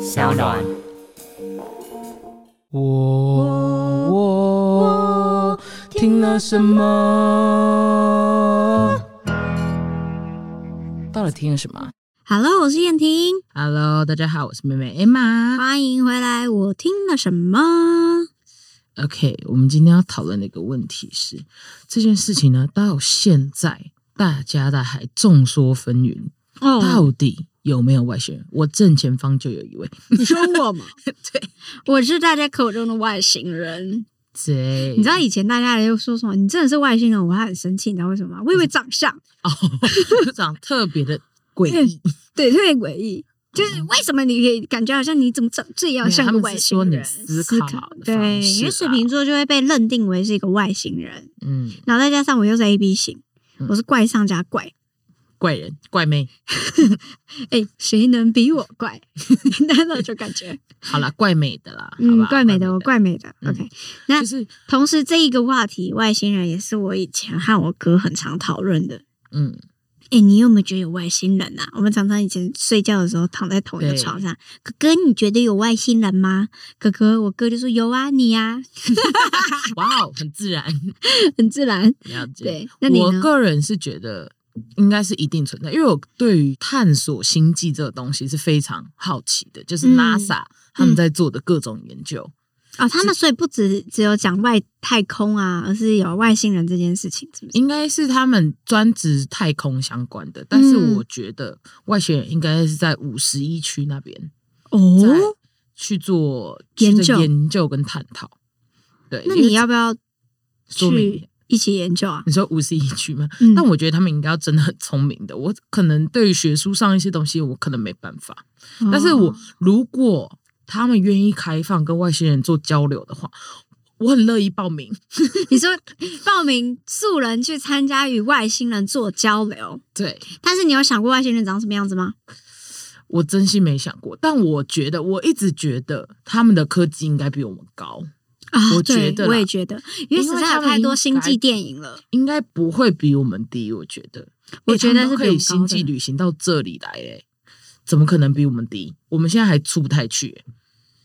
小暖。我我听了什么？到底听了什么啊 Hello，我是燕婷， ？Hello，大家好，我是妹妹 Emma。欢迎回来。我听了什么？ OK，我们今天要讨论的一个问题是，这件事情呢，到现在大家的还众说纷纭，哦，到底有没有外星人？我正前方就有一位，你说我 吗？对我是大家口中的外星人。对，你知道以前大家又说什么？你真的是外星人，我还很生气，你知道为什么吗？我以为长相哦，长得特别的诡异。对特别诡异，就是为什么你可以感觉好像你怎么长这样没有像他个们外是星说你人？思考的对，方啊因式为水啦瓶座就会被认定为是一个外星人，嗯，然后再加上我又是 A B 型，嗯我是怪上加怪，怪人怪妹，哎、谁能比我怪？ 那种就感觉，好啦，怪嗯美的啦，好嗯，吧怪美的，我怪美的。嗯 OK，那就是同时这一个话题，外星人也是我以前和我哥很常讨论的。嗯，哎、你有没有觉得有外星人啊？我们常常以前睡觉的时候躺在同一个对床上，哥哥，你觉得有外星人吗？哥哥，我哥就说有啊， 你呀、哇哦，很自然，很自然。了解。对，那你我呢？个人是觉得应该是一定存在，因为我对于探索星际这个东西是非常好奇的，就是嗯 NASA、他们在做的各种研究。哦，他们所以不只只有讲外太空啊，而是有外星人这件事情，是不是？应该是他们专职太空相关的，但是嗯我觉得外星人应该是在五十一区那边在哦，去做研去做究研究跟探讨。对，那因为你要不要说明一下去一起研究啊？你说五十一区吗？嗯但我觉得他们应该要真的很聪明的。我可能对于学术上一些东西，我可能没办法。但是我哦如果他们愿意开放跟外星人做交流的话，我很乐意报名。你说报名素人去参加与外星人做交流，对但是你有想过外星人长什么样子吗？我真心没想过，但我觉得我一直觉得他们的科技应该比我们高，啊，我觉对得啦我也觉得，因因为实为在他有们太多星应际该电影了。应该不会比我们低。我觉得，我诶觉他们得是都可比我以们星高际的旅行到这里来、诶怎么可能比我们低？我们现在还出不太去、诶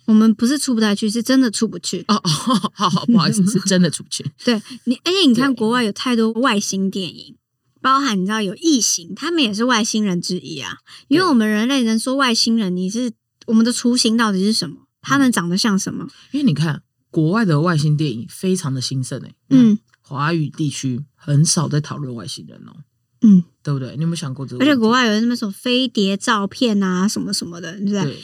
我们不是出不太去，是真的出不去。哦 哦，好好，不好意思，是真的出不去。对你，而且你看对国外有太多外星电影，包含你知道有异形，他们也是外星人之一啊。因为对我们人类能说外星人，你是我们的雏形到底是什么？他们长得像什么？ 因为你看国外的外星电影非常的兴盛诶、嗯，嗯华语地区很少在讨论外星人哦，嗯，对不对？你有没有想过这个而问题？且国外有那么什么飞碟照片啊，什么什么的，对不对？对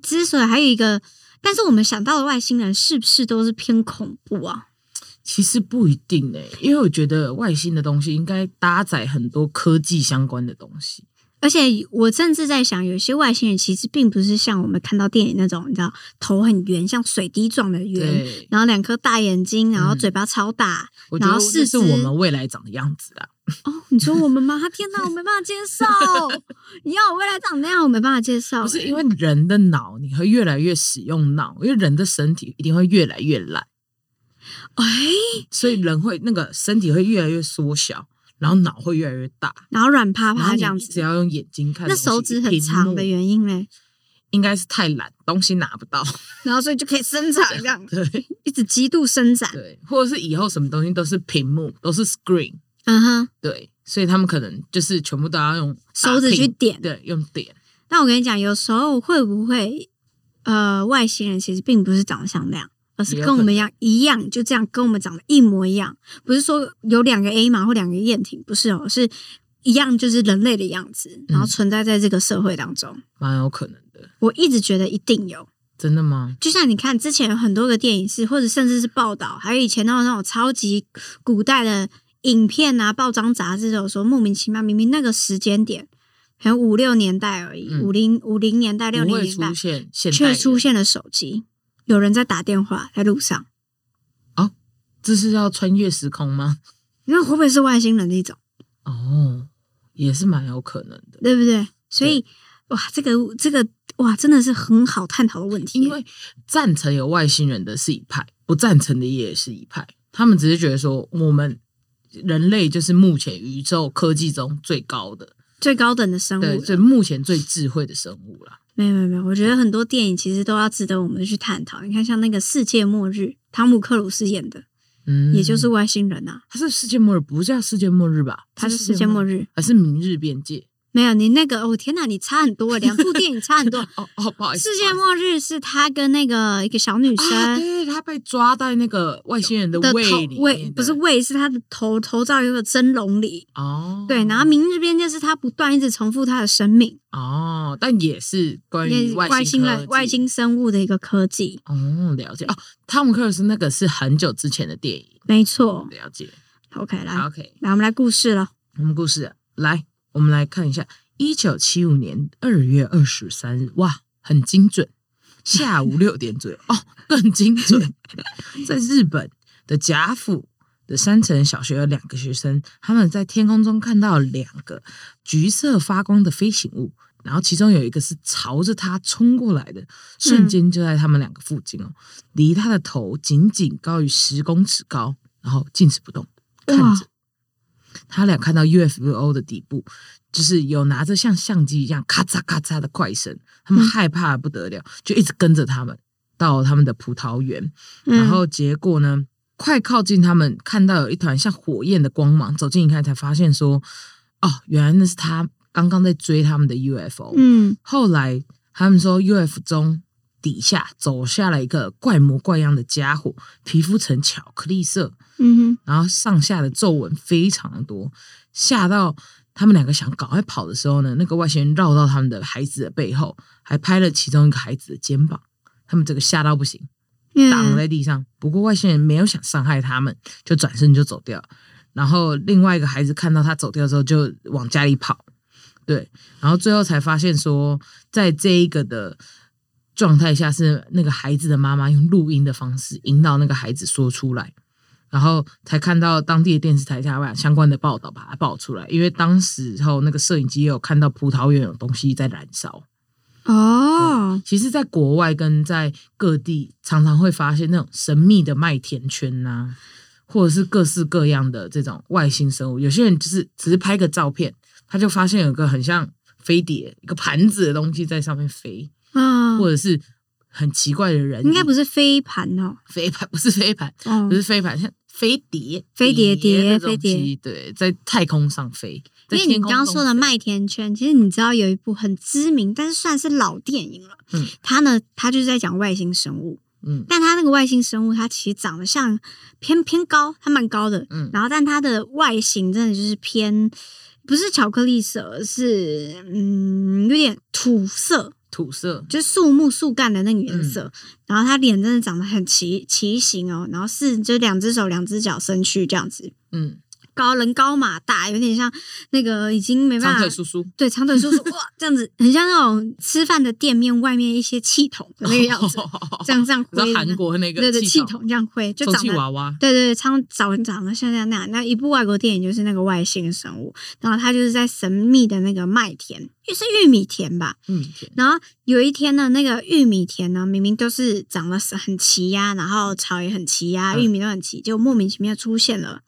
之所以还有一个，但是我们想到的外星人是不是都是偏恐怖啊？其实不一定诶、因为我觉得外星的东西应该搭载很多科技相关的东西。而且我甚至在想，有些外星人其实并不是像我们看到电影那种，你知道头很圆，像水滴状的圆，对，然后两颗大眼睛，然后嗯嘴巴超大。我觉得然后这四是肢我们未来长的样子啊。哦，你说我们吗？ 天哪，我没办法接受！你要我未来长那样，我没办法接受、不是因为人的脑，你会越来越使用脑，因为人的身体一定会越来越懒，哎，所以人会那个身体会越来越缩小，然后脑会越来越大。然后软趴然后趴你这样只子，要用眼睛看那东西，手指很屏长幕的原因嘞，应该是太懒，东西拿 不到。然后所以就可以伸展这 样，对一直极度伸展。对，或者是以后什么东西都是屏幕，都是 screen，嗯哼，对，所以他们可能就是全部都要用手指打去拼，点。对，用点。但我跟你讲，有时候会不会，呃，外星人其实并不是长得像那样，而是也有跟可我能们一样一样，就这样跟我们长得一模一样。不是说有两个 A 嘛或两个燕婷，不是哦，是一样，就是人类的样子，嗯然后存在在这个社会当中。蛮有可能的，我一直觉得一定有，真的吗？就像你看之前有很多个电影是，或者甚至是报道，还有以前那种那种超级古代的影片啊、报章杂志都有说，莫名其妙，明明那个时间点。可能五六年代而已，嗯五零五零年代、六不零会年代出，现现代却人出，现了手机，有人在打电话，在路上。这是要穿越时空吗？你看会不会是外星人的一种，哦，也是蛮有可能的，对不对？所以，哇，这个这个哇，真的是很好探讨的问题。因为赞成有外星人的是一派，不赞成的也是一派，他们只是觉得说我们人类就是目前宇宙科技中最高的。最高等的生物对，了，最目前最智慧的生物啦。没有没有没有，我觉得很多电影其实都要值得我们去探讨。你看，像那个《世界末日》，汤姆克鲁斯演的，嗯，也就是外星人啊，它是世界末日，不叫世界末日吧？他是世界末日，日。还是明日边界？没有你那个，哦天哪，你差很多，两部电影差很多。哦哦， 不好意思，世界末日是他跟那个一个小女日啊，对生对，对他被抓在那个外星人的的胃头里胃面不是的胃，是他的头头罩有个蒸笼里。哦，对，然后明日边界是他不断一直重复他的生命，哦，但也是关那于是外星星科人技外星生物的一个科技，哦，了解哦，汤姆克鲁斯那个是很久之前的电影，没错。了解。 OK，来， OK，来我们来故事了。我们故事来，我们来看一下，一九七五年二月二十三日，哇，很精准，下午六点左右哦，更精准，在日本的甲府。的山城小学有两个学生，他们在天空中看到两个橘色发光的飞行物，然后其中有一个是朝着他冲过来的，瞬间就在他们两个附近哦，离他的头仅仅高于十公尺高，然后静止不动，看哇着。他俩看到 UFO 的底部，就是有拿着像相机一样咔嚓咔嚓的快声，他们嗯害怕得不得了，就一直跟着他们到他们的葡萄园，嗯然后结果呢，快靠近他们，看到有一团像火焰的光芒，走近一看才发现说，哦，原来那是他刚刚在追他们的 UFO。嗯后来他们说 UFO 中底下走下了一个怪模怪样的家伙，皮肤呈巧克力色，嗯然后上下的皱纹非常的多，吓到他们两个想赶快跑的时候呢，那个外星人绕到他们的孩子的背后，还拍了其中一个孩子的肩膀，他们这个吓到不行。哼，挡嗯在地上。不过外星人没有想伤害他们，就转身就走掉。然后另外一个孩子看到他走掉之后，就往家里跑。对，然后最后才发现说，在这一个的状态下，是那个孩子的妈妈用录音的方式引导那个孩子说出来，然后才看到当地的电视台台湾相关的报道把它爆出来。因为当时候那个摄影机也有看到葡萄园有东西在燃烧。哦，其实，在国外跟在各地，常常会发现那种神秘的麦田圈呐、或者是各式各样的这种外星生物。有些人就是只是拍个照片，他就发现有个很像飞碟、一个盘子的东西在上面飞，嗯，或者是很奇怪的人影，应该不是飞盘哦，飞盘，不是飞盘，哦不，是飞盘，像飞碟、飞碟碟那种飞碟东西，对，在太空上飞。在因为你天空刚刚中说的飞麦田圈，其实你知道有一部很知名，但是算是老电影了。嗯，它呢，它就是在讲外星生物，嗯但它那个外星生物，它其实长得像偏偏高，它蛮高的，嗯然后但它的外形真的就是偏不是巧克力色，而是嗯有点土色，土色，就是树木树干的那个嗯颜色。然后它脸真的长得很奇奇形哦，然后是就两只手两只脚伸去这样子。嗯，高人高马大，有点像那个已经没办长法腿叔叔，对，长腿叔叔哇，这样子很像那种吃饭的店面外面一些气筒的那个 样子，这样这样哦你知挥道的韩那，国那个对对，气筒筒这样挥，就充长气得。娃娃，对对对，长长长得像这样那样，那一部外国电影就是那个外星生物，然后他就是在神秘的那个麦田，也是玉米田吧。玉米田，然后有一天呢，那个玉米田呢，明明都是长得是很齐呀、然后草也很齐呀、嗯玉米都很齐，就莫名其妙出现了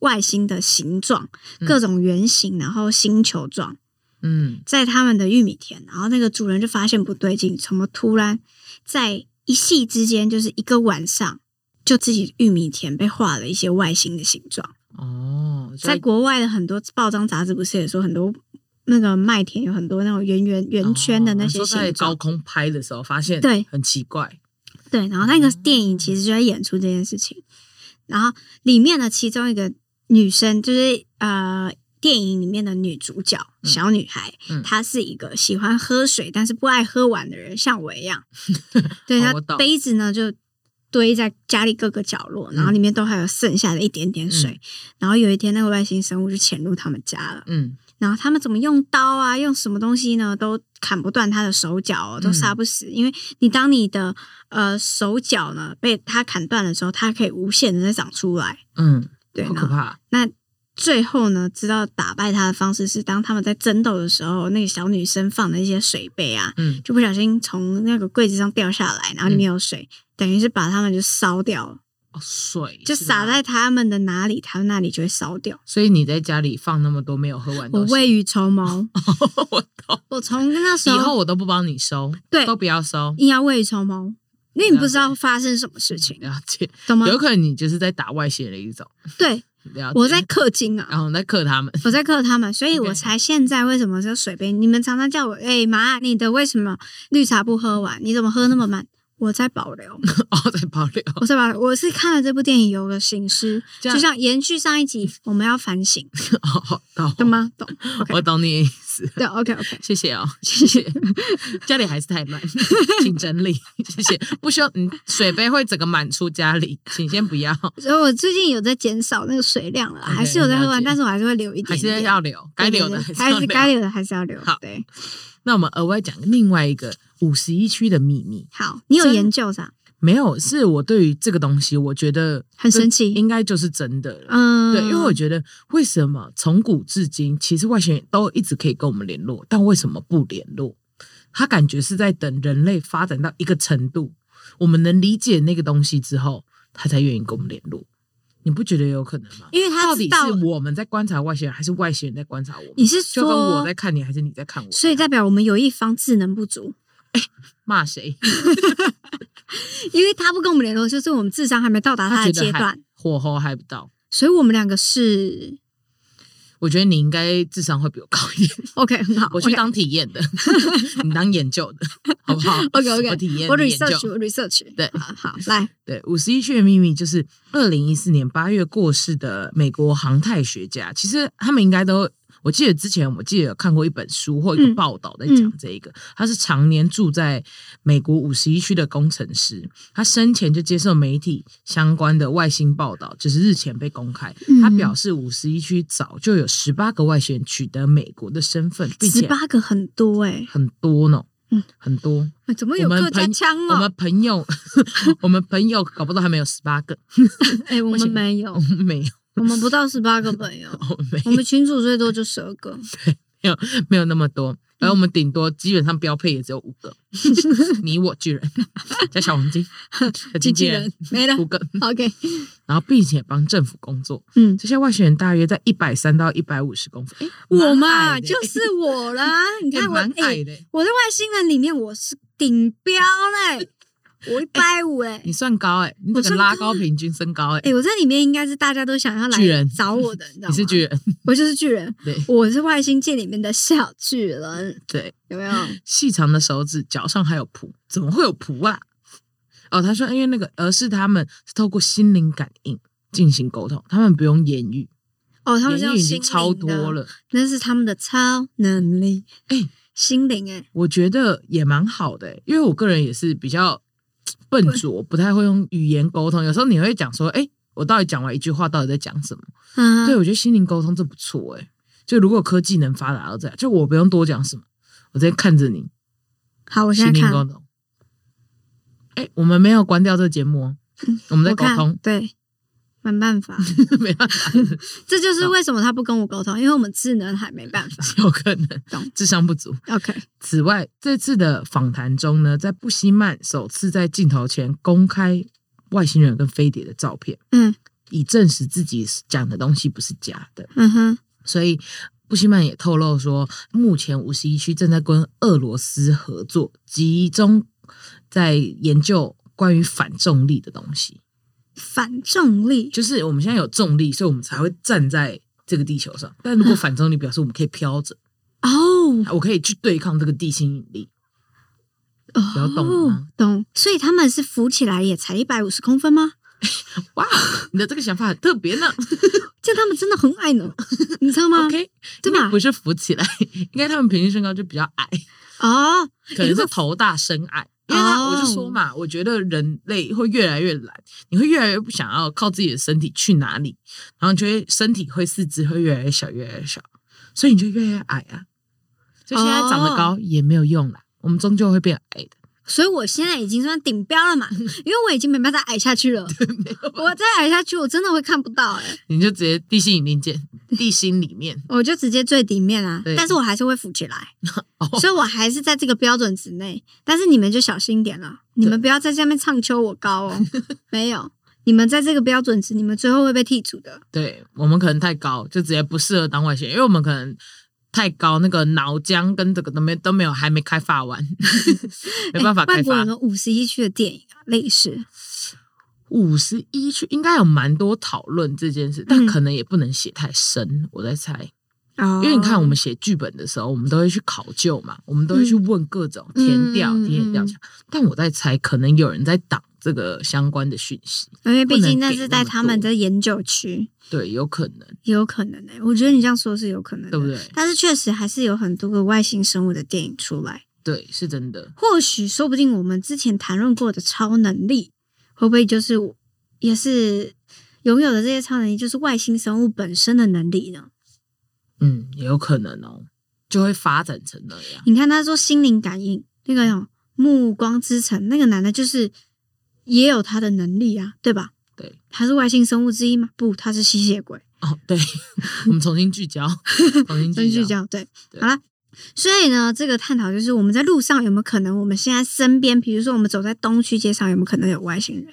外星的形状，嗯各种圆形，然后星球状。嗯在他们的玉米田，然后那个主人就发现不对劲，怎么突然在一夕之间，就是一个晚上，就自己玉米田被画了一些外星的形状。哦，所在以国外的很多报章杂志不是也说很多那个麦田有很多那种圆圆圆圈的那哦些你说在形状？高空拍的时候发现对很奇怪，对，然后那嗯个电影其实就在演出这件事情。然后里面的其中一个女生，就是呃，电影里面的女主角嗯小女孩，嗯她是一个喜欢喝水但是不爱喝完的人，像我 一样。对，哦她我懂杯子呢就堆在家里各个角落，然后嗯里面都还有剩下的一点点水。然后有一天，那个外星生物就潜入他们家了。嗯然后他们怎么用刀啊，用什么东西呢，都砍不断他的手脚、哦，都嗯杀不死。因为你当你的呃手脚呢被他砍断的时候，它可以无限的再长出来。嗯，对，好那可怕，那最后呢，知道打败他的方式是，当他们在争斗的时候，那个小女生放的一些水杯啊，嗯就不小心从那个柜子上掉下来，然后里面有水，等于是把他们就烧掉了。哦，水就是吧撒在他们的哪里，他们那里就会烧掉。所以你在家里放那么多没有喝完我东西，未雨绸 缪，我懂。我从那时以后候我都不帮你收，对都不要收。硬要未雨绸缪，因为你不知道发生什么事情，了解，懂吗？有可能你就是在打外泄的一种。对，了解，我在，氪金 啊，然后你在克他们。我在克他们，所以 OK 我才现在为什么这水杯？你们常常叫我，哎、妈，你的为什么绿茶不喝完？你怎么喝那 么慢？我在保留，哦，在爆料，我在保留。我是看了这部电影有个醒思，这样就像延续上一集，我们要反省，哦， 懂懂， 吗？懂。OK 我懂你的意思。对，OK OK。谢谢哦， 谢谢。家里还是太乱， 请整理。谢谢，不需要，嗯，水杯会整个满出家 里，请先不要，所以我最近有在减少那个水量了， OK，还是有在喝了完，解但是我还是会留一还点是点。要留，该留的对对对还还是是要该留。留的还是要留好。对，那我们额外讲另外一个五十一区的秘密，好，你有真研究啥？没有，是我对于这个东西，我觉得很神这奇应该就是真的了。嗯，对，因为我觉得为什么从古至今，其实外星人都一直可以跟我们联络，但为什么不联络？他感觉是在等人类发展到一个程度，我们能理解那个东西之后，他才愿意跟我们联络。你不觉得有可能吗？因为他到知底道，是我们在观察外星人，还是外星人在观察我们？你是就跟我说在，看你，还是你在看我？所以代表我们有一方智能不足，骂谁？ 因为他不跟我们联络，就是我们智商还没到达他他的觉得阶还段，火候还不到。所以我们两个是我觉得你应该智商会比我高一点。 OK 很好。我去当体验的， 你当研 究的，好不好 OK，OK，我体验，我你研 research 究。我 research 对好好来，对，五十一区的秘密就是二零一四年八月过世的美国航太学家。其实他们应该都，我记得之前我记得有看过一本书或一个嗯报道在讲这一个。他是常年住在美国五十一区的工程师，他生前就接受媒体相关的外星报道，就是日前被公开。他嗯表示，五十一区早就有十八个外星人取得美国的身份， 并十且八个很多哎，很多呢，嗯很多。哎怎么我有们客家朋腔我哦们？朋 友，我们朋友搞不到还没有十八个， 哎，我我们想没有我，们没有，我们不到十八个朋 友，我们没我们群主最多就十二 个。有没有那么多，而我们顶多基本上标配也只有五 个，你我巨人加小黄金，加经纪人没了五。个， OK，然后并且帮政府工作，嗯，这些外星人大约在一百三到一百五十公分，诶我蛮嘛矮的就诶是我啦。 你诶看我，蛮哎、矮的诶，我在外星人里面我是顶标嘞，我一百五哎，你算高哎，你我这个算拉高高平均身高哎哎、，我在里面应该是大家都想要巨来人找我 的，你知道吗？你是巨人，我就是巨人，对我是外星界里面的小巨人，对。有没有？细长的手指，脚上还有蹼，怎么会有蹼啊？哦，他说，因为那个，而是他们是透过心灵感应进行沟通，他们不用言语，哦，他们是言用语已心经灵超的多，了。那是他们的超能力。哎心灵哎、我觉得也蛮好的、因为我个人也是比较笨拙，不太会用语言沟通。有时候你会讲说，哎、我到底讲完一句话，到底在讲什么？嗯，对，我觉得心灵沟通这不错、哎，就如果科技能发达到这样，就我不用多讲什么，我直接看着你，好，我心现在灵看，沟通。哎、我们没有关掉这个节目哦，我们在嗯我沟看通， 对，没办法，没办法，这就是为什么他不跟我沟通，因为我们智能还没办 法。有可能懂智商不足。 OK，此外，这次的访谈中呢，在布希曼首次在镜头前公开外星人跟飞碟的照片，嗯以证实自己讲的东西不是假的。嗯哼，所以，布希曼也透露说，目前五十一区正在跟俄罗斯合作，集中在研究关于反重力的东西。反重力就是我们现在有重力，所以我们才会站在这个地球上。但如果嗯反重力，表示我们可以飘着，哦，我可以去对抗这个地心引力。有懂哦吗，懂。所以他们是浮起来也才一百五十公分吗？哇，你的这个想法很特别 呢。这样他们真的很矮呢， 你知道吗 OK，对应该吧不是浮起来，应该他们平均身高就比较矮，哦， 可能是头大身矮。因为他，哦我就说嘛，我觉得人类会越来越懒，你会越来越不想要靠自己的身体去哪里，然后你就会身体会四肢会越来越小，越来越小，所以你就越来越矮啊。所以现在长得哦高也没有用啦，我们终究会变矮的。所以我现在已经算顶标 了嘛，因为我已经没办法再矮下去了。我再矮下去，我真的会看不到哎、你就直接地心引力 见，地心里面我就直接最底面啊对。但是我还是会浮起来 哦，所以我还是在这个标准之 内。但是你们就小心一点了，你们不要在下面唱秋我高哦，没有。你你们在这个标准值，你们最后会被剔除的。对我们可能太高，就直接不适合当外显，因为我们可能太高，那个脑浆跟这个都没都没有还没开发 完，没办法哎外开国有发没。有五十一区的电影啊？类似五十一区应该有蛮多讨论这件事，但嗯可能也不能写太深，我在猜。哦因为你看，我们写剧本的时候，我们都会去考究嘛，我们都会去问各种填掉、嗯嗯填掉。但我在猜，可能有人在挡这个相关的讯息，因为毕不能竟那给是那在么他们多的研究区，对，有可能，有可能诶、我觉得你这样说是有可能的，对不对？但是确实还是有很多个外星生物的电影出来，对，是真的。或许说不定我们之前谈论过的超能力，会不会就是也是拥有的这些超能力，就是外星生物本身的能力呢？嗯，也有可能哦，就会发展成那样。你看他说心灵感应那个什么暮光之城那个男的，就是也有他的能力啊，对吧？对，他是外星生物之一吗？不，他是吸血鬼。哦，对， 我们重新聚 焦，重新真聚聚焦。焦，对，对好啦。所以呢，这个探讨就是我们在路上有没有可能，我们现在身边，比如说我们走在东区街上，有没有可能有外星人？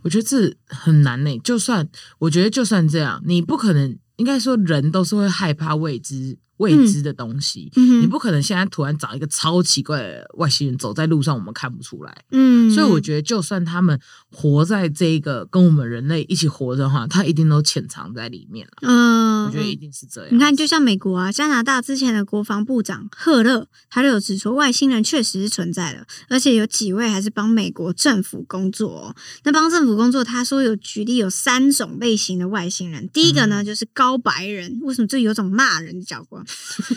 我觉得这很难呢、就算我觉得就算这样，你不可能，应该说人都是会害怕未知、未知的东西。你嗯哼，不可能现在突然找一个超奇怪的外星人走在路上，我们看不出来。嗯，所以我觉得，就算他们活在这一个跟我们人类一起活着的话，他一定都潜藏在里面了。得，嗯，我觉得一定是这样。你看，就像美国啊、加拿大之前的国防部长赫勒，他就有指出，外星人确实是存在的，而且有几位还是帮美国政府工作哦。那帮政府工作，他说有举例有三种类型的外星人，第一个呢、就是高白人，为什么这有种骂人的角光？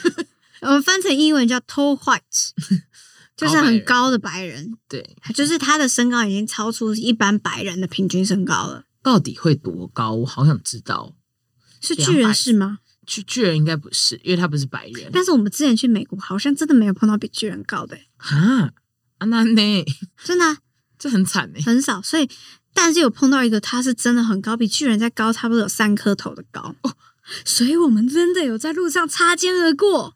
我们翻成英文叫 tall white，就是很高的白人，对，就是他的身高已经超出一般白人的平均身高了。到底会多高？我好想知道。哦是巨人200是吗？巨巨人应该不是，因为他不是白人。但是我们之前去美国，好像真的没有碰到比巨人高的、欸哈，啊那呢？真的啊、这很惨欸呢、很少，所以但是有碰到一个，他是真的很高，比巨人再高，差不多有三颗头的高。哦，所以我们真的有在路上擦肩而过，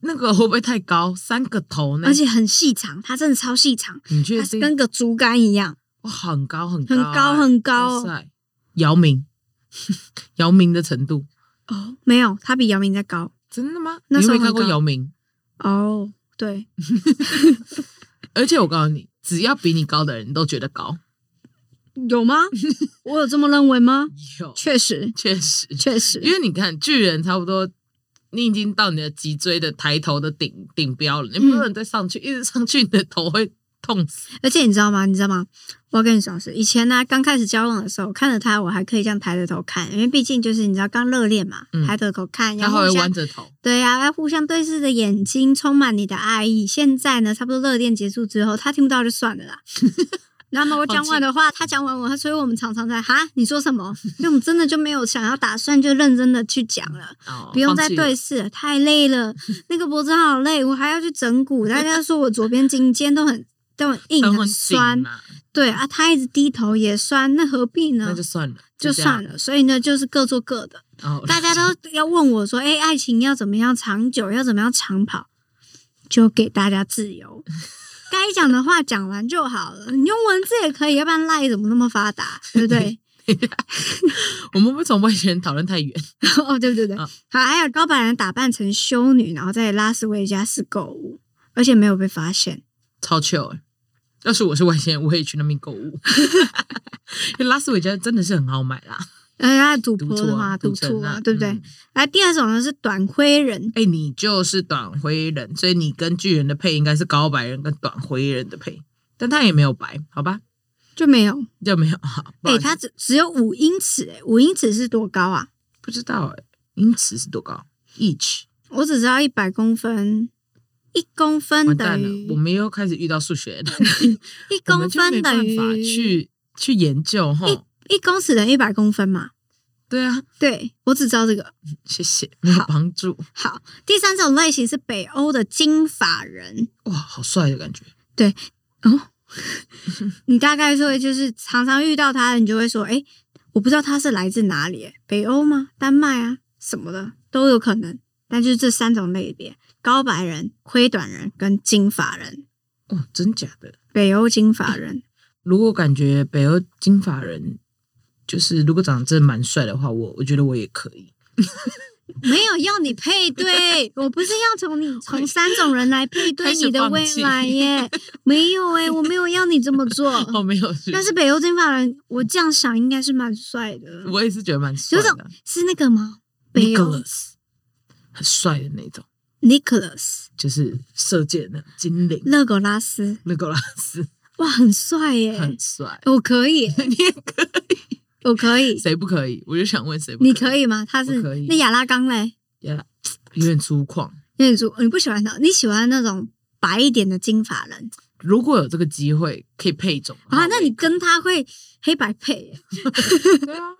那个会不会太高？三个头呢？而且很细长，它真的超细长，你觉它得是这跟个竹竿一样，哇很高很高很欸、高很高哇塞姚明， 姚明的程度哦。没有，它比姚明再高真的吗？那你有没时有候看过很高姚明？哦。对，而且我告诉你，只要比你高的人，你都觉得高。有吗？ 我有这么认为吗？有，确实，确实，确实，因为你看巨人差不多，你已经到你的脊椎的抬头的顶顶标了，你嗯不能再上去，一直上去你的头会痛死。而且你知道吗？你知道吗？我要跟你说是，以前呢、刚开始交往的时候，看着他，我还可以这样抬着头看，因为毕竟就是你知道刚热恋嘛，嗯抬着头看，他然后还互会相弯着头，对呀、要互相对视的眼睛充满你的爱意。现在呢，差不多热恋结束之后，他听不到就算了啦。那么我讲完的话，他讲完我，所以我们常常在哈，你说什么？因为我们真的就没有想要打算就认真的去讲了，哦、不用放再弃对了。视了，太累了，那个脖子好累，我还要去整骨。大家说我左边颈肩都很都很硬他会 很紧酸，嘛，对啊，他一直低头也酸，那何必那呢就？算了，就这样算。了，所以呢，就是各做各的。哦， 大家都要问我说：“哎、爱情要怎么样长久？要怎么样长跑？”就给大家自 由，该讲的话讲完就好了。你用文字也可以，要不然赖怎么那么发达，对不 对？ 我们不从外星人讨论太远。哦，对对对，啊好，还有高白人打扮成修女，然后在拉斯维加斯购物，而且没有被发现。超 chill 欸。要是我是外星人，我也去那边购物。 因为拉斯维加斯真的是很好买啦，哎，他赌赌博徒的嘛，啊，赌城徒啊啊，，对不对嗯？？来、第二种呢是短灰人，哎、你就是短灰人，所以你跟巨人的配应该是高白人跟短灰人的配，但他也没有白，好吧？就没有。就没有好，不好哎、意思他只只有五英尺、哎，五英尺是多高啊？不知道哎、英尺是多高？each 我只知道一百公分，一公分完蛋等了于，我们又开始遇到数学的难题，一我们公就没分办等法于去去研究哈。一公尺等于一百公分嘛？对啊，对，我只知道这个。谢谢，没有好帮助。好，第三种类型是北欧的金发人哇，好帅的感觉。哦，你大概说就是常常遇到他，你就会说，哎、我不知道他是来自哪里、哎北欧吗？丹麦啊什么的都有可能。但就是这三种类别：高白人、灰短人跟金发人，哦哇，真假的？北欧金发人。如果感觉北欧金发人就是如果长得真的蛮帅的话，我我觉得我也可以。没有要你 配对，我不是要从你从三种人来配对开始你的放未弃来耶，没有哎、我没有要你这么 做。哦，没有，嗯但是北欧金发人，我这样想应该是蛮帅的， 我也是觉得蛮帅有的是那个吗？北欧，Nicholas 很帅的那种， Nicholas 就是射箭的精灵勒格拉斯， ，Nicholas 哇，很帅耶、很帅。我可以，你也可以，我 可以，谁不可以？我就想问谁不你可可以？以吗？他我是可以那亚拉冈嘞？呀，有点粗犷。那你说你不喜欢他，你喜欢那种白一点的金发人如果有这个机会可以配种的话啊？那你跟他会黑白配耶、对啊，嗯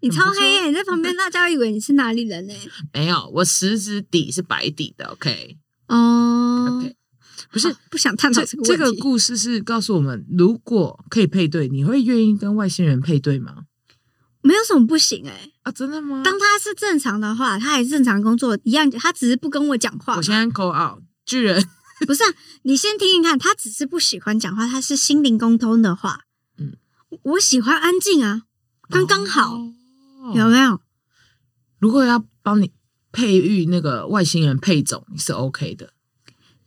你很超不错黑耶、你在旁边 大家会以为你是哪里人嘞、 没有，我食指底是白底的，OK，哦 OK 不是好不想探讨这这个这问个题。故事是告诉我们，如果可以配对，你会愿意跟外星人配对吗？没有什么不行哎、啊，真的吗？当他是正常的话，他还是正常工作一样，他只是不跟我讲话我。现在 call out 巨人，不是啊，你先听听看，他只是不喜欢讲话，他是心灵沟通的话。嗯我，我喜欢安静啊，刚刚好，哦有没有？如果要帮你配育那个外星人配种，你是 OK 的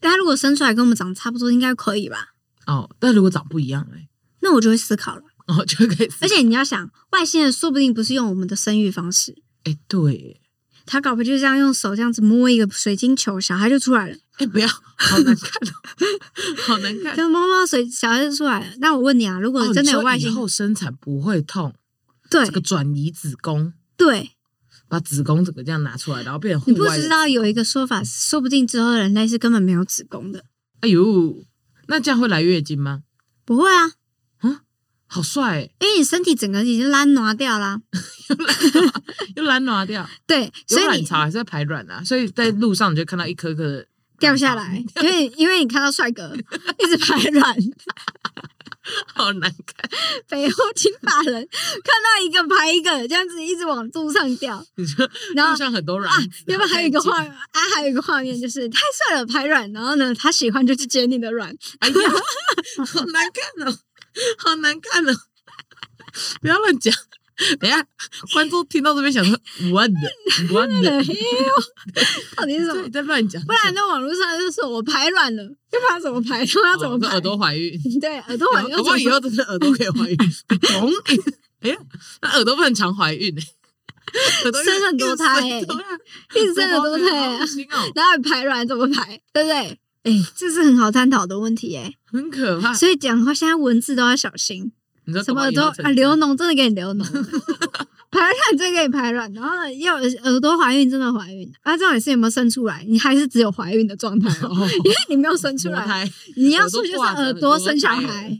但他如果生出来跟我们长得差不多，应该可以吧？哦。但如果长不一样嘞， 那我就会思考了。哦，就可以。而，且你要想，外星人说不定不是用我们的生育方式，哎，对耶，他搞不好就这样用手这样子摸一个水晶球，小孩就出来了。哎，不要，好难看哦， 好难看。就摸摸水，小孩就出来了。那我问你啊，如果真的有哎哦外你说星以后生产不会痛，对这个转移子宫，对，把子宫整个这样拿出来，然后变成你户不外的。知道有一个说法，说不定之后的人类是根本没有子宫的。哎呦，那这样会来月经吗？不会啊，好帅耶，因为你身体整个已经拉挪掉啦。又懒拿掉，对，有所以卵你巢还是会排卵啊，所以在路上你就看到一颗颗的掉下来，因为因为你看到帅哥一直排卵，好难看，北欧金发人看到一个排一个，这样子一直往肚上掉，你说然后路。上很多啊卵子，， 要不然还有一个然后画面啊，还有一个画面就是太帅了，排卵，然后呢，他喜欢就去接你的卵， 哎呀，好难看哦，好难看哦！不要乱讲。等一下，观众听到这边想说 what the what 哎 the，呦到底是什么这你？在乱讲，不然在网络上就说我排卵了，要把它怎么排？说它怎么哦排？耳朵怀孕？ 对耳朵搞环搞不好以后真的耳朵可以怀孕，懂？ 哎呀，那耳朵不能常怀 孕呢，耳朵生很多胎欸一直生很多胎啊，哦，然后你排卵怎么排？对不对？哎，这是很好探讨的问题哎、很可怕。所以讲话现在文字都要小心，你说什么搞耳不朵好以后成啊流脓真的给你流脓， 排卵真的给你排卵，然后呢要耳朵怀孕真的怀孕，啊，重点是有没有生出来，你还是只有怀孕的状态 哦， 哦因为你没有生出多来，胎，你要说就耳朵是挂着耳朵很多生小胎儿孩，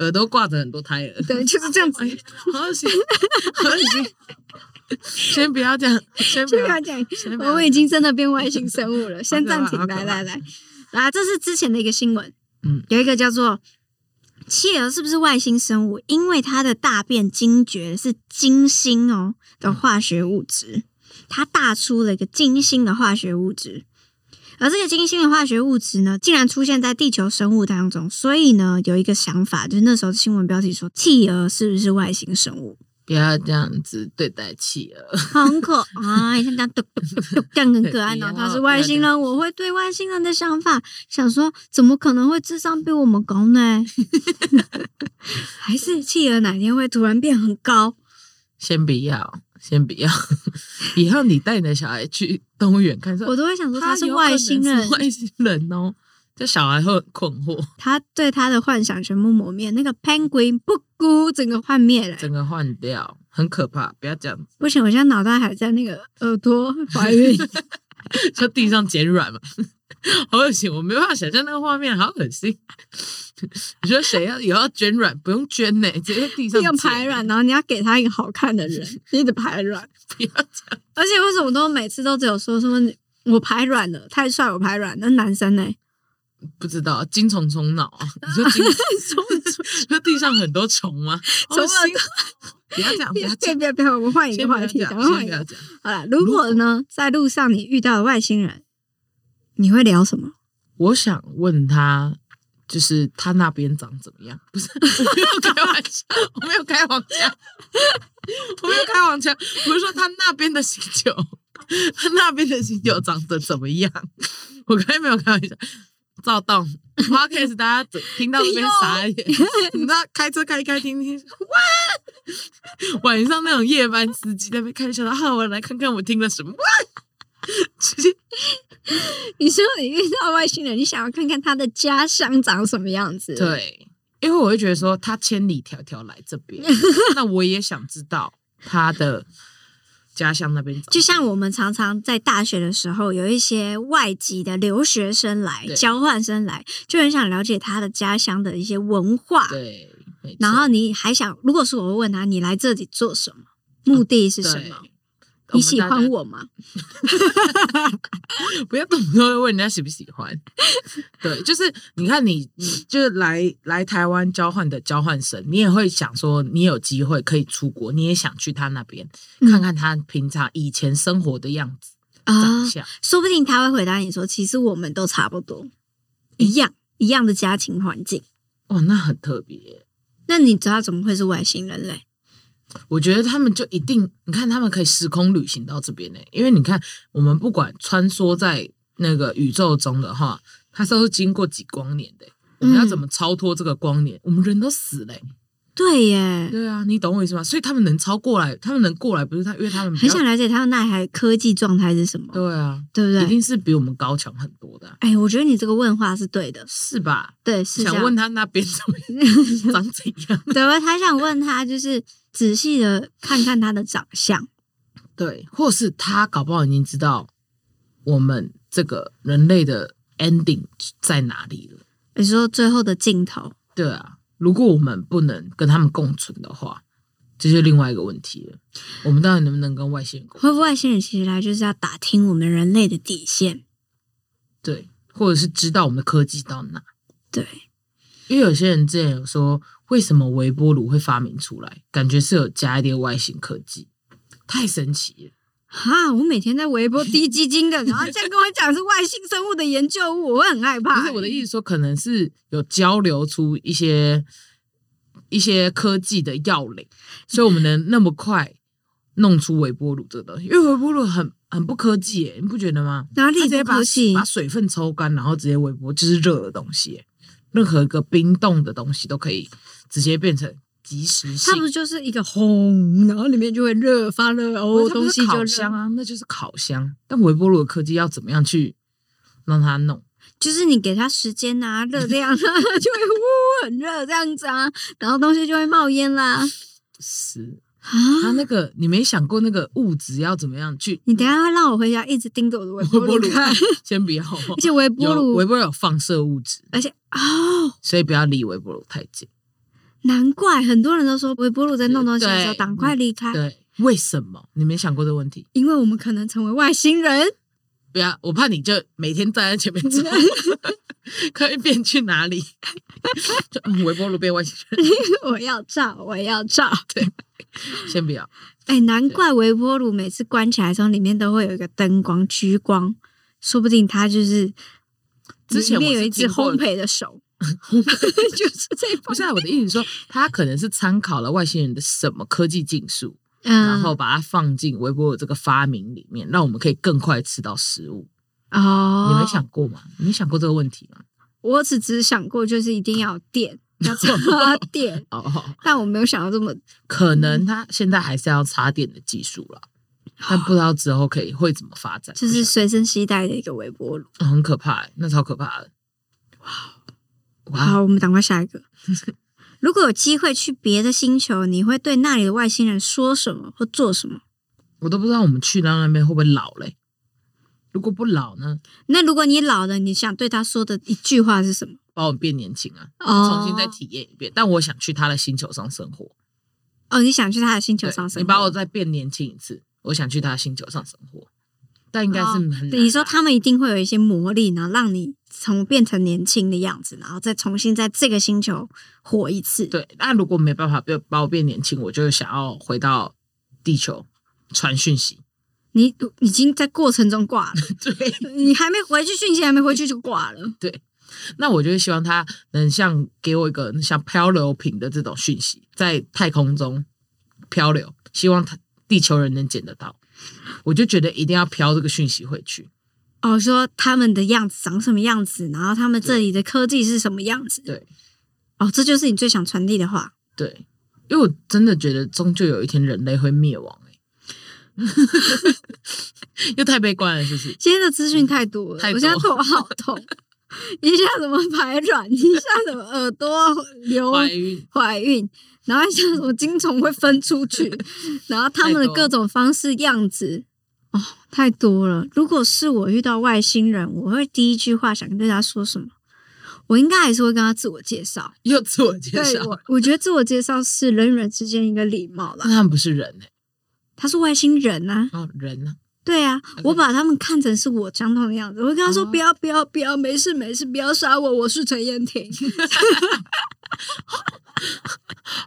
耳朵挂着很多胎儿。对，就是这样 子哎。呀好恶心，好恶心！先不要这样，先不就不要要，讲，先不我要们已经真的变外星生 物了。先暂停，哦好可怕来来来，啊，这是之前的一个新闻，嗯，有一个叫做企鹅是不是外星生物？因为它的大便惊觉是金星哦嗯的化学物质，它大出了一个金星的化学物质。而这个金星的化学物质呢，竟然出现在地球生物当中，所以呢，有一个想法，就是那时候新闻标题说企鹅是不是外星生物？不要这样子对待企鹅。很 可爱，像这样嘟嘟嘟嘟这样很可爱。对然然后哦他后是外星人，我会对外星人的想法想说，怎么可能会智商比我们高呢？ 还是企鹅哪天会突然变很高？先不要，先不要。以后你带你的小孩去动物园看，说我都会想说他是有外星可能人是， 外星人哦，这小孩会很困惑，他对他的幻想全部磨灭。那个 penguin 不咕整个幻灭了，整个换掉，很可怕。不要这样子，不行，我现在脑袋还在那个耳朵 怀孕。就地上捡软嘛。好恶心，我没办法想象那个画面，好恶心。 你说谁要以后要捐卵？不用捐呢、直接在地上这个排捡卵，然后 你要给他一个好看的人， 一直排卵，不要而且为什么都每次都只有说什么你我排卵了，太帅我排卵，那男生呢？不知道金虫虫脑啊？你说 金虫虫，你说地上很多虫吗？虫好啊心不要讲，不别要别讲，别别，我们换一先个不话要题，讲，赶快换先一不个要。讲。好了，如果呢，在路上你遇到了外星人，你会聊什么？我想问他就是他那边长怎么样？ 不是，我没有开玩笑，我没有开黄腔， 我没有开黄腔，我是说他那边的醒酒，他那边的醒酒长得怎么样？我刚才没有开玩笑。躁动 p o d c a s 大家听到这边傻眼，你知道开车开一开听听，哇！晚上那种夜班司机在那边开车，好，我来看看我听了什么，哇！直接 你说你遇到外星人，你想要看看他的家乡长什么样子？，对，因为我会觉得说他千里迢迢来这 边，那我也想知道他的家乡那边长就像我们常常在大学的时候，有一些外籍的留学生来、对交换生来，就很想了解他的家乡的一些文化。对，没错然后你还想，如果是我问他，你来这里做什么？目的是哦对什么？我你们喜大家欢我吗？不要动不动就问人家喜不喜欢。 对，就是你看你，你就是来来台湾交换的交换生，你也会想说，你有机会可以出国，你也想去他那边、嗯看看他平常以前生活的样子、啊长，相。说不定他会回答你说，其实我们都差不多，一样一样的家庭环境。哇，那很特别。那你知道怎么会是外星人嘞？我觉得他们就一定，你看他们可以时空旅行到这边呢、因为你看我们不管穿梭在那个宇宙中的话，它都是经过几光年的欸、我们要嗯怎么超脱这个光年？我们人都死了欸、对耶，对啊，你懂我意思吗？所以他们能超过来，他们能过来，不是他，因为他们比很较想了解他们那台科技状态是什么，对啊，对不一对？定是比我们高强很多的啊、哎，我觉得你这个问话是对的，是吧？对，是这想样问他那边怎么长怎样？ 对，我还想问他，就是仔细的看看他的长相。对，或是他搞不好已经知道我们这个人类的 ending 在哪里了。你说最后的镜头，对啊，如果我们不能跟他们共存的话，这就是另外一个问题了。我们到底能不能跟外星人共会不会外星人其实来就是要打听我们人类的底线？对，或者是知道我们的科技到哪？对，因为有些人之前有说，为什么微波炉会发明出来？感觉是有加一点外星科技，太神奇了。哈，我每天在微波低基金的，然后这样跟我讲是外星生物的研究物，我会很害怕、欸不是我的意思说，可能是有交流出一些一些科技的要领，所以我们能那么快弄出微波炉这个东西。因为微波炉很很不科技耶，你不觉得吗？哪里它直接不把科技把水分抽干，然后直接微波，就是热的东西耶。任何一个冰冻的东西都可以直接变成即时性它。不就是一个轰，然后里面就会热发热哦，它不东是西就烤热箱。啊，那就是烤箱。但微波炉的科技要怎么样去让它弄？就是你给它时间啊，热量啊， 就会呼很热这样子啊，然后东西就会冒烟 啦是它啊！那个你没想过那个物质要怎么样去你等一下会让我回家一直盯着我的微 微波波炉炉看，？先 不要，哦而且微波有炉微，波炉有放射物质，而且哦，所以不要离微波炉太近。难怪很多人都说微波炉在弄东西的时候对赶快离开，对，为什么？你没想过这个问题？因为我们可能成为外星人。不要，我怕你就每天站在前面 走，可以变去哪里？ 就嗯微波炉变外星人， 我要照，我要照。先不要。哎，难怪微波炉每次关起来之后，里面都会有一个灯光聚光，说不定它就是之前里面我有是一只听过烘焙的手， 就是这一不方是、啊、我的意思说，它可能是参考了外星人的什么科技技术，嗯，然后把它放进微波炉这个发明里面，让我们可以更快吃到食物。哦，你没想，过吗？你没想过这个问题吗？我只只想过就是一定要有 电，要插电，哦，但我没有想到这么， 可嗯能它现在还是要插电的技术啦，但不知道之后可以会怎么发展， 就是随身携带的一个微波炉。不晓得很可怕、欸，那超可怕的。哦哇哇，好，我们赶快下 一个。如果有机会去别的星球，你会对那里的外星人说什么或做什么？我都不知道我们去到那边会不会老嘞、如果不老呢，那如果你老了，你想对他说的一句话是什么？把我们变年轻啊，哦，重新再体验一遍。但我想去他的星球上生活。哦，你想去他的星球对上生活？你把我再变年轻一次，我想去他的星球上生活，但应该是很啊难、哦对你说他们一定会有一些魔力，然后让你从变成年轻的样子，然后再重新在这个星球活一次。，对，那如果没办法变把我变年轻，我就想要回到地球传讯息。 你已经在过程中挂了，对你还没回去，讯息还没回去就挂了。对，那我就会希望他能像给我一个像漂流瓶的这种讯息，在太空中漂流，希望他地球人能捡得到。我就觉得一定要飘这个讯息回去。哦，说他们的样子长什么样子，然后他们这里的科技是什么样子。对，哦，这就是你最想传递的话。对，因为我真的觉得终究有一天人类会灭亡、欸， 又太悲观了，是不是？今天的资讯太多嗯了，太多我现在头好痛， 一下怎么排卵，一下怎么耳朵流怀孕，怀孕，然后一下什么精虫会分出 去，然后他们的各种方式样子，哦，太多了。如果是我遇到外星人，我会第一句话想跟他说什么？我应该还是会跟他自我介绍。又自我介对绍，我，我觉得自我介绍是人与人之间一个礼貌那啦。他们不是人欸他是外星人啊，哦，人呢、对啊 OK 我把他们看成是我相同的样子，我会跟他说、嗯哦不要不要不要，没事没事，不要杀我，我是陈 燕婷。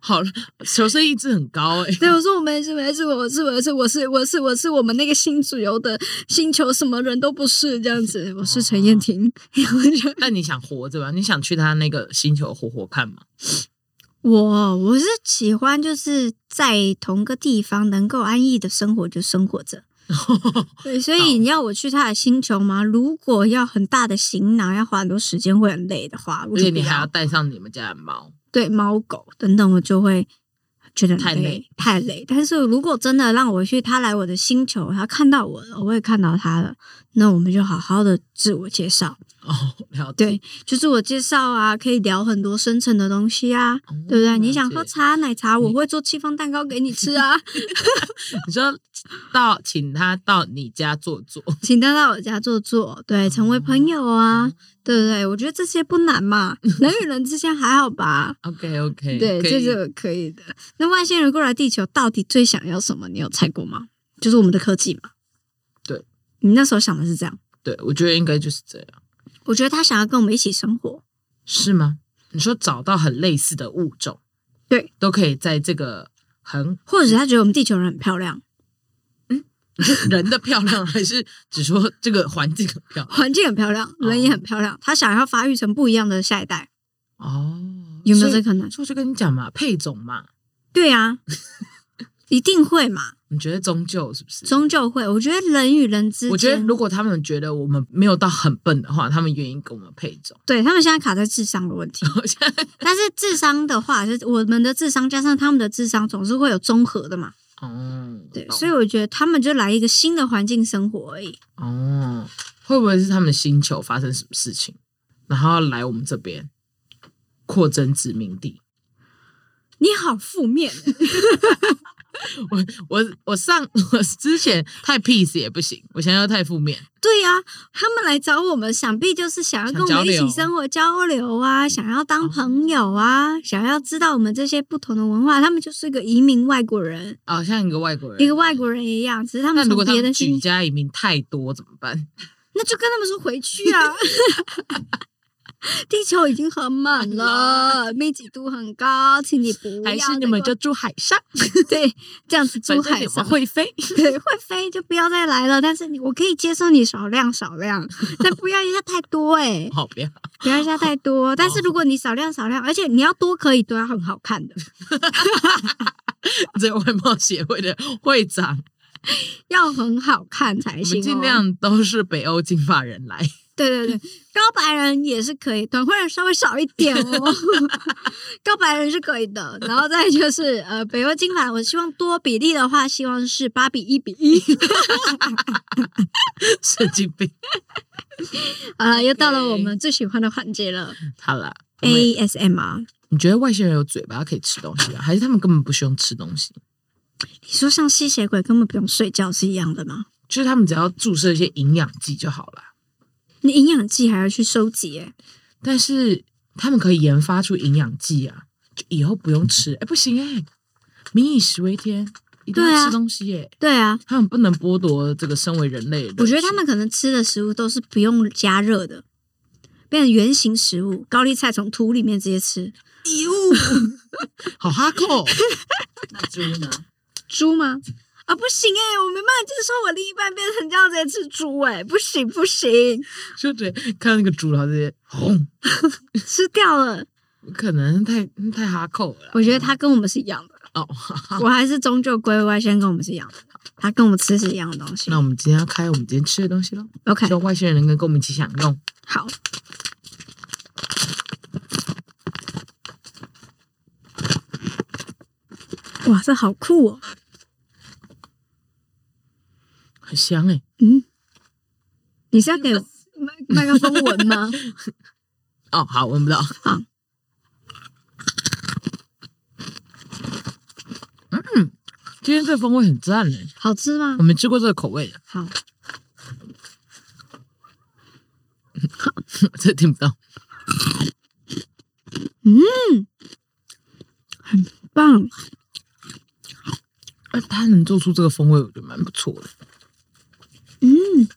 好了，求生意志很高哎、对，我说我没事没事，我是我是我是我是我是我们那个新主流的星球，什么人都不是这样子，我是陈燕哦婷。我就 那你想活着吧？你想去他那个星球活活看吗？ 我我是喜欢就是在同个地方能够安逸的生活就生活着。对，所以好你要我去他的星球吗？如果要很大的行囊，要花很多时间，会很累的话，我而就且不你还要要带上你们家的猫，对猫狗等等，我就会觉得很太累累，太累。但是如果真的让我去，他来我的星球，他看到我了，我也看到他了，那我们就好好的自我介绍，哦，了解。对，就自我介绍啊，可以聊很多深层的东西啊，哦对不对？你了想解嗯喝茶、奶茶，我会做戚风蛋糕给你吃啊，你说到请他到你家坐 坐，请他到我家坐坐，哦对，成为朋友嗯啊，对不对？我觉得这些不难嘛，人与人之间还 好吧。 OK OK，对，嗯可这以个可以的。那外星人过来地球到底最想要什么？你有猜过吗？就是我们的科技嘛。对，你那时候想的是这样。对，我觉得应该就是这样，我觉得他想要跟我们一起生活。是吗？你说找到很类似的物种，对，都可以在这个很或者是他觉得我们地球人很嗯漂亮，人的漂 亮，还是只说这个环境很漂亮环境很漂亮，哦人也很漂亮。他想要发育成不一样的下一代，哦？有没有所这以？可能？所以我就跟你讲嘛，配种嘛，对啊，一定会嘛，你觉得终究是不是？终究会。我觉得人与人之间，我觉得如果他们觉得我们没有到很笨的话，他们愿意跟我们配种。 对他们现在卡在智商的问题，我现在但是智商的话，就是我们的智商加上他们的智商，总是会有综合的嘛。哦，对，懂所以我觉得他们就来一个新的环境生活而已。哦，会不会是他们星球发生什么事情，然后来我们这边扩增殖民地？ 你好负面欸，我我我上 我之前太 peace 也不行，我现在又太负面， 对呀、他们来找我们，想必就是想要跟我想交们一流哦起生活交流啊，想要当朋友啊，想要知道我们这些不同的文化。他们就是个移民外国人，哦，像一个外国人，一个外国人一样，只是他那们如果从他别们的举星，家移民太多怎么办？那就跟他们说回去啊。 地球已经很满了，密集度很高，请你不要再还过。是你们就住海上， 对这样子反珠正海你上们会 飞。对，会飞就不要再来了。但是你，我可以接受你少量少量，但不要一下太多哎、好，不要不要一下太多。但是如果你少量少量，而且你要多可以，都要很好看的，这外贸协会的会长，要很好看才我们行、哦。尽量都是北欧金发人来。 对嗯对对，高白人也是可以，短灰人稍微少一点哦。 高白人是可以的，然后再就是呃，北欧金发，我希望多比例的话，希望是八比一比 一。神经病。好了，又到了 OK 我们最喜欢的环节了好啦，我们，ASMR。你觉得外星人有嘴巴可以吃东西啊？还是他们根本不需要吃东西？你说像吸血鬼根本不用睡觉是一样的吗？就是他们只要注射一些营养剂就好了。你营养剂还要去收集、欸，但是他们可以研发出营养剂啊，就以后不用吃。哎、不行哎、民以食为天，一定对要啊吃东西耶、对啊，他们不能剥夺这个身为人类的乐趣。我觉得他们可能吃的食物都是不用加热的，变成圆形食物，高丽菜从土里面直接吃。好哈扣。那猪呢？猪吗？哦，啊，不行哎、我没办法接受我另一半变成这样子一只猪哎、不行不行，就对，看到那个猪，然后直接轰，吃掉了。可能太太哈扣了啦。我觉得它跟我们是一样的，哦，我还是终究归外先跟我们是一样的，它跟我们吃是一样的东西那。我们今天要开我们今天吃的东西喽， OK，希望外星人能跟我们一起享用。好，哇，这好酷哦！很香哎、嗯，你是要给麦麦克风闻吗？哦，好，闻不到。 好嗯，今天这风味很赞哎、好吃吗我？没吃过这个口味的， 好，这听不到。棒！哎，他能做出这个风味，我觉得蛮不错的。嗯，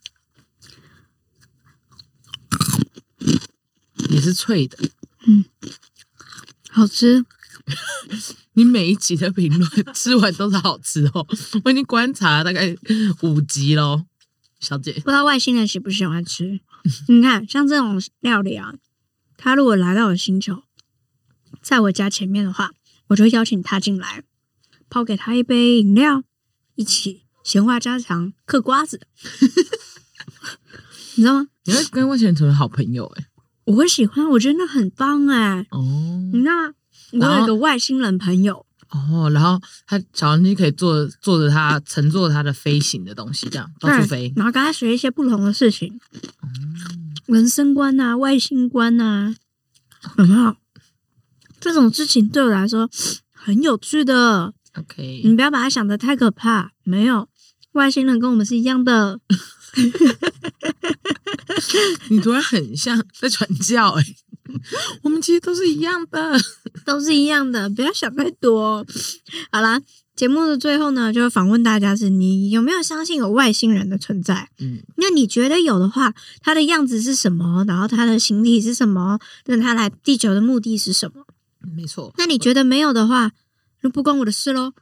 也是脆的。好吃。你每一集的评论 吃完都是好吃哦，我已经观察了大概五集喽，小姐。不知道外星人喜不喜欢吃？你看，像这种料理啊，他如果来到我星球，在我家前面的话，我就会邀请他进来，泡给他一杯饮料，一起闲话家常，嗑瓜子，你知道吗？你会跟外星人成为好朋友哎、我会喜欢，我觉得那很棒哎、哦你知道吗？我有一个外星人朋友，哦，然后他小黄鸡可以坐坐着它，乘坐它的飞行的东西，这样到处飞哦嗯。然后跟他学一些不同的事情，人生观啊、外星观啊，有没有？这种事情对我来说很有趣嗯的， OK，你不要把它想的太可怕。没有，外星人跟我们是一样的，你突然很像在传教哎、 我们其实都是一样的。都是一样的，不要想太多。好啦，节目的最后呢，就访问大家是你有没有相信有外星人的存在？嗯，那你觉得有的话，它的样子是什么？然后它的形体是什么？那它来地球的目的是什么？没错。那你觉得没有的话，就不关我的事喽。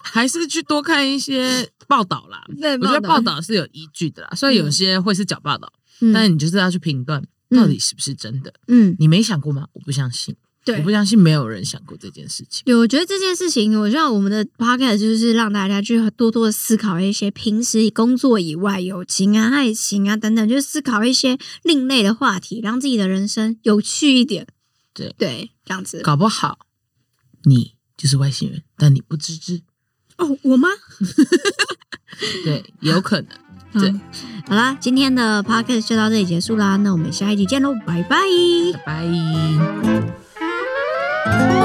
还是去多看一些报道啦。 对我觉得报，道是有依据的啦，虽然有些会是假报道，嗯但你就是要去评断到底是不是真的。嗯，你没想过吗？我不相信，对我不。相信没有人想过这件事情。对，我觉得这件事情，我知道我们的 podcast 就是让大家去多多地思考一些平时工作以外友情啊、爱情啊等等，就是思考一些另类的话题，让自己的人生有趣一点。对对，这样子。搞不好你就是外星人，但你不知知，哦，我吗？对，有可能。对嗯，好啦，今天的 podcast 就到这里结束啦，那我们下一集见喽，拜拜。拜拜。